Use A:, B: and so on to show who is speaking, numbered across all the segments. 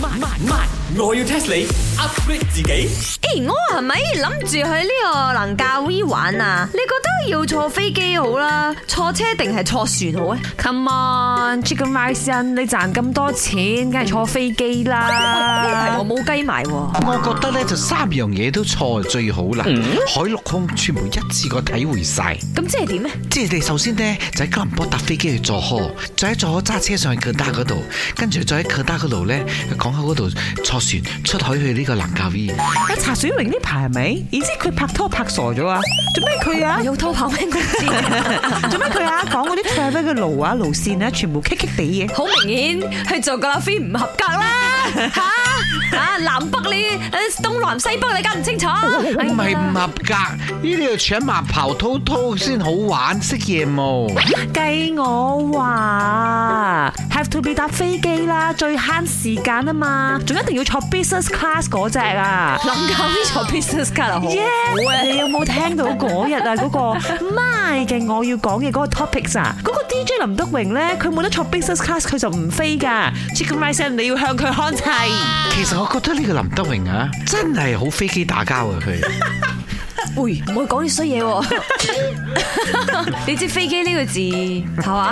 A: 慢慢慢，我要 test 你 upgrade 自己。
B: 誒，我係咪諗住去呢個蘭教 V 玩啊？你覺得要坐飛機好啦，坐車定係坐船好咧？啊
C: Come on，Chicken Rice 因你賺咁多錢，梗係坐飛機
B: 哦呢題
C: 啦
B: 我。冇雞埋喎。
D: 我覺得咧就三樣嘢都錯最好啦，海陸空全部一次過體會晒。
B: 咁即係點
C: 啊
B: 咧？
D: 即係你首先呢，就喺吉隆坡搭飛機去佐科，再喺佐科揸車上去吉打嗰度，跟住再喺吉打嗰度呢，港口嗰度坐船出海去呢個蘭卡威。
E: 阿啊茶水榮呢排係咪？而知佢拍拖拍傻咗啊？做咩佢 啊？
B: 有偷跑咩？我知。
E: 做咩佢啊？講嗰啲 travel 嘅路啊路線啊，全部棘棘地嘅。
B: 好明顯去做個飛唔合格啦！吓啊南北你誒東南西北你搞唔清楚。
D: 唔係唔合格，呢啲要搶麻刨滔滔先好玩，識嘢冇？
C: 計我話 have to be 搭飛機啦，最慳時間啊嘛，仲一定要坐 business class 嗰只啊。
B: 諗教呢坐 business class 好苦
C: 耶！
B: 咧。
C: 你有冇聽到嗰日啊？嗰個 My 嘅我要講嘅嗰個 topics 啊，嗰個 DJ 林德榮咧，佢冇得坐 business class，佢就唔飛㗎。Chicken Rice，你要向佢看齊。
D: 其實我覺得呢個林德榮啊，真係好飛機打交啊佢。
B: 喂，唔好講啲衰嘢喎。你知飛機呢個字係嘛？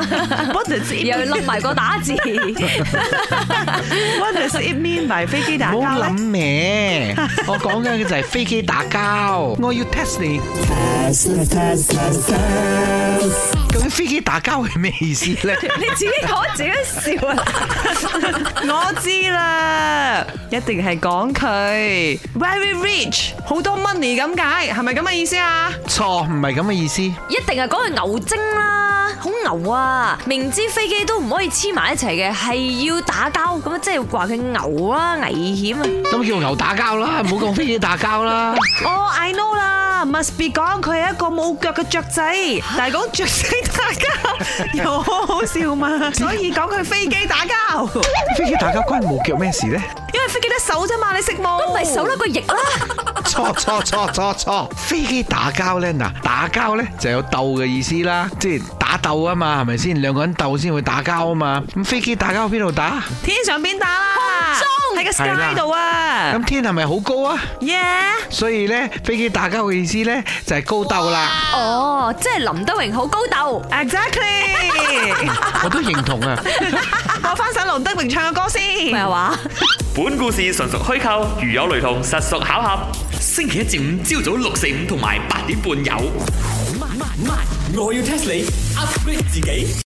E: What does it
B: 又
E: mean？
B: 冧埋個打字。
E: What does it mean？埋飛機打
D: 唔
E: 交
D: 好
E: 咧
D: 諗？ 咩，我講緊嘅就係飛機打交。我要 test 你。究竟飛機打交係咩意思 咧？
B: 你自己講自己笑啊！
E: 我知啦，一定係講佢 very rich，好多 money 咁解，係咪咁嘅意思啊？
D: 錯，唔係咁嘅意思。
B: 一定係講係牛精啦，好牛啊！明知飛機都唔可以黐埋一齊嘅，係要打交咁啊，即係話佢牛啦，危險啊！
D: 咁叫牛打交啦，唔好講飛機打交啦。
E: Oh,
C: 哦，I know 啦，must be 講佢係一個冇腳嘅雀仔，
E: 但係講雀仔打 交又好好笑嘛，所以講佢飛機打交，
D: 飛機打交關冇腳咩事咧？
E: 因為飛機得手啫嘛，你識冇？
B: 咁咪手甩個翼啦，
D: 錯錯錯錯錯！哦飛機打交咧，嗱打交咧就有鬥嘅意思啦，即係打鬥啊嘛，係咪先？兩個人鬥先會打交啊嘛。咁飛機打交邊度打？
E: 天上邊打啦，喺個
D: 係啦
E: sky 度啊
D: 咁天係咪好高啊？
E: ，yeah。
D: 所以咧，飛機打交嘅意思咧就係高鬥啦。
B: 哦，即係林德榮好高 鬥。
E: Exactly，
D: 我都認同啊。
E: 播翻首龍德榮唱嘅歌
B: 唔係
E: 先。
B: 話，
F: 本故事純屬虛構，如有雷同，實屬巧合。星期一至五朝早六四五同埋八點半有。
A: 慢慢慢，我要 test 你 upgrade 自己。